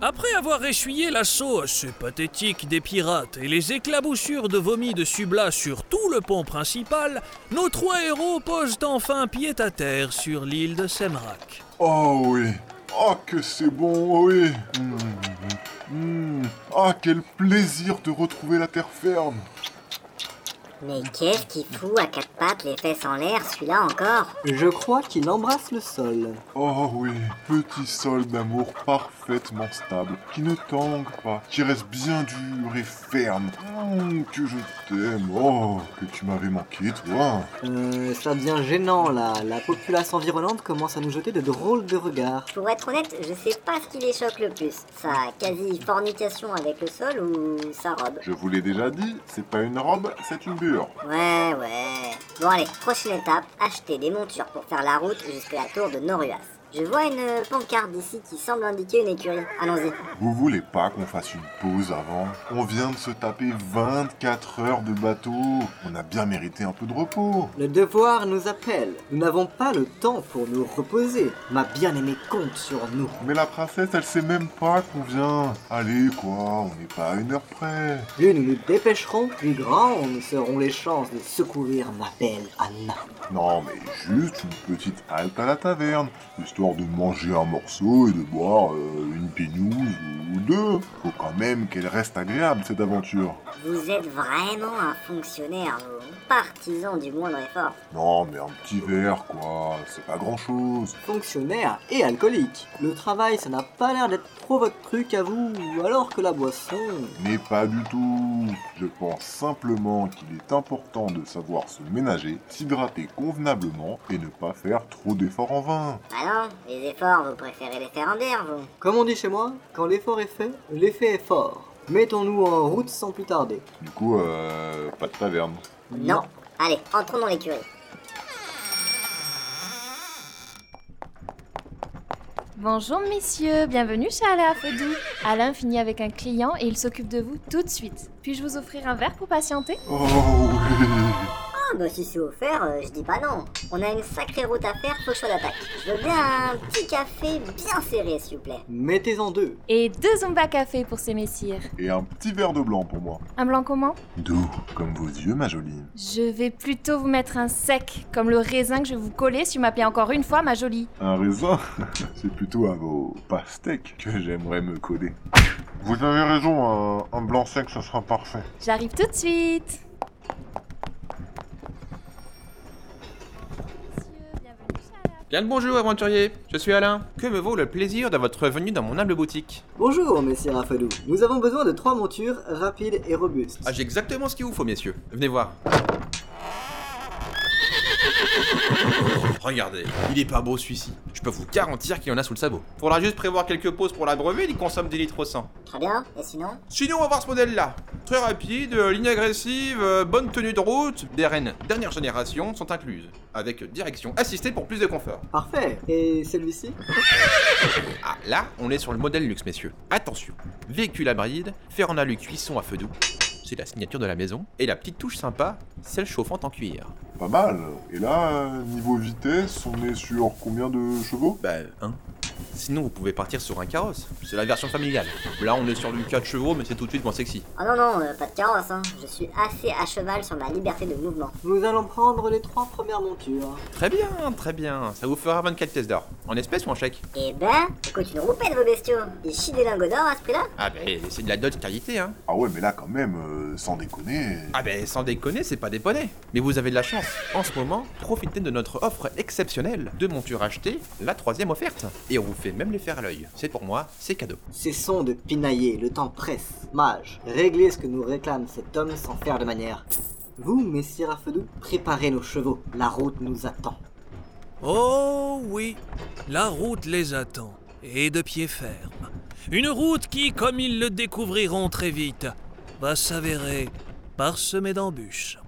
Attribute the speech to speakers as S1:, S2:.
S1: Après avoir essuyé l'assaut assez pathétique des pirates et les éclaboussures de vomi de Subla sur tout le pont principal, nos trois héros posent enfin pied à terre sur l'île de Semrak.
S2: Oh oui. Oh que c'est bon, oh oui. Mmh. Mmh. Ah quel plaisir de retrouver la terre ferme.
S3: Mais qu'est-ce qu'il fout à quatre pattes, les fesses en l'air, celui-là encore
S4: Je crois qu'il embrasse le sol.
S2: Oh oui, petit sol d'amour parfaitement stable, qui ne tangue pas, qui reste bien dur et ferme. Mmh, que je t'aime, oh, que tu m'avais manqué, toi.
S4: Euh, ça devient gênant là. La populace environnante commence à nous jeter de drôles de regards.
S3: Pour être honnête, je sais pas ce qui les choque le plus. Sa quasi-fornication avec le sol ou sa robe
S2: Je vous l'ai déjà dit, c'est pas une robe, c'est une bure.
S3: Ouais, ouais. Bon allez, prochaine étape, acheter des montures pour faire la route jusqu'à la tour de Noruas. Je vois une euh, pancarte d'ici qui semble indiquer une écurie. Allons-y.
S2: Vous voulez pas qu'on fasse une pause avant On vient de se taper 24 heures de bateau. On a bien mérité un peu de repos.
S4: Le devoir nous appelle. Nous n'avons pas le temps pour nous reposer. Ma bien-aimée compte sur nous.
S2: Mais la princesse, elle sait même pas qu'on vient. Allez, quoi, on n'est pas à une heure près.
S4: Plus nous nous dépêcherons, plus grandes seront les chances de secourir ma belle Anna.
S2: Non, mais juste une petite halte à la taverne, histoire de manger un morceau et de boire euh, une pénouse ou deux. Faut quand même qu'elle reste agréable, cette aventure.
S3: Vous êtes vraiment un fonctionnaire, vous. Partisan du moindre effort.
S2: Non, mais un petit verre, quoi, c'est pas grand-chose.
S4: Fonctionnaire et alcoolique. Le travail, ça n'a pas l'air d'être trop votre truc à vous, alors que la boisson.
S2: Mais pas du tout. Je pense simplement qu'il est important de savoir se ménager, s'hydrater convenablement et ne pas faire trop d'efforts en vain.
S3: Bah non, les efforts, vous préférez les faire en bière, vous.
S4: Comme on dit chez moi, quand l'effort est fait, l'effet est fort. Mettons-nous en route sans plus tarder.
S2: Du coup, euh, pas de taverne.
S3: Non. Allez, entrons dans l'écurie.
S5: Bonjour messieurs, bienvenue chez Alain Afodou. Alain finit avec un client et il s'occupe de vous tout de suite. Puis-je vous offrir un verre pour patienter
S2: Oh oui.
S3: Ah bah si c'est offert, euh, je dis pas non. On a une sacrée route à faire, faut que je sois d'attaque. Je veux bien un petit café bien serré, s'il vous plaît.
S4: Mettez-en deux.
S5: Et deux Zumba Café pour ces messieurs.
S2: Et un petit verre de blanc pour moi.
S5: Un blanc comment
S2: Doux, comme vos yeux, ma jolie.
S5: Je vais plutôt vous mettre un sec, comme le raisin que je vais vous coller si vous m'appelez encore une fois ma jolie.
S2: Un raisin C'est plutôt à vos pastèques que j'aimerais me coller. Vous avez raison, un, un blanc sec, ça sera parfait.
S5: J'arrive tout de suite.
S6: Bien le bonjour, aventurier. Je suis Alain. Que me vaut le plaisir de votre venue dans mon humble boutique
S4: Bonjour, messieurs Rafalou. Nous avons besoin de trois montures rapides et robustes.
S6: Ah, j'ai exactement ce qu'il vous faut, messieurs. Venez voir. Regardez, il est pas beau celui-ci. Je peux vous garantir qu'il y en a sous le sabot. Faudra juste prévoir quelques pauses pour l'abreuver, il consomme des litres au 100.
S3: Très bien, et sinon
S6: Sinon, on va voir ce modèle-là. Très rapide, euh, ligne agressive, euh, bonne tenue de route, des rennes dernière génération sont incluses, avec direction assistée pour plus de confort.
S4: Parfait. Et celui-ci
S6: Ah, là, on est sur le modèle luxe, messieurs. Attention, véhicule à bride, fer en alu cuisson à feu doux, c'est la signature de la maison, et la petite touche sympa, celle chauffante en cuir.
S2: Pas mal. Et là, euh, niveau vitesse, on est sur combien de chevaux
S6: Bah, hein Sinon, vous pouvez partir sur un carrosse. C'est la version familiale. Là, on est sur du 4 chevaux, mais c'est tout de suite moins sexy.
S3: Ah non, non, euh, pas de carrosse, hein. Je suis assez à cheval sur ma liberté de mouvement.
S4: Nous allons prendre les trois premières montures.
S6: Très bien, très bien. Ça vous fera 24 pièces d'or. En espèces ou en chèque
S3: Eh ben, ça coûte une roupette, vos bestiaux. Ils chient des lingots d'or à ce prix-là
S6: Ah, ben, c'est de la dot qualité, hein.
S2: Ah ouais, mais là, quand même, euh, sans déconner.
S6: Ah, ben, sans déconner, c'est pas déconner. Mais vous avez de la chance. En ce moment, profitez de notre offre exceptionnelle. Deux montures achetées, la troisième offerte. Et on vous fait même les faire à l'œil. C'est pour moi, c'est cadeau.
S4: Cessons de pinailler, le temps presse. Mage, réglez ce que nous réclame cet homme sans faire de manière. Vous, messire Rafedou, préparez nos chevaux. La route nous attend.
S1: Oh oui, la route les attend, et de pied ferme. Une route qui, comme ils le découvriront très vite, va s'avérer parsemée d'embûches.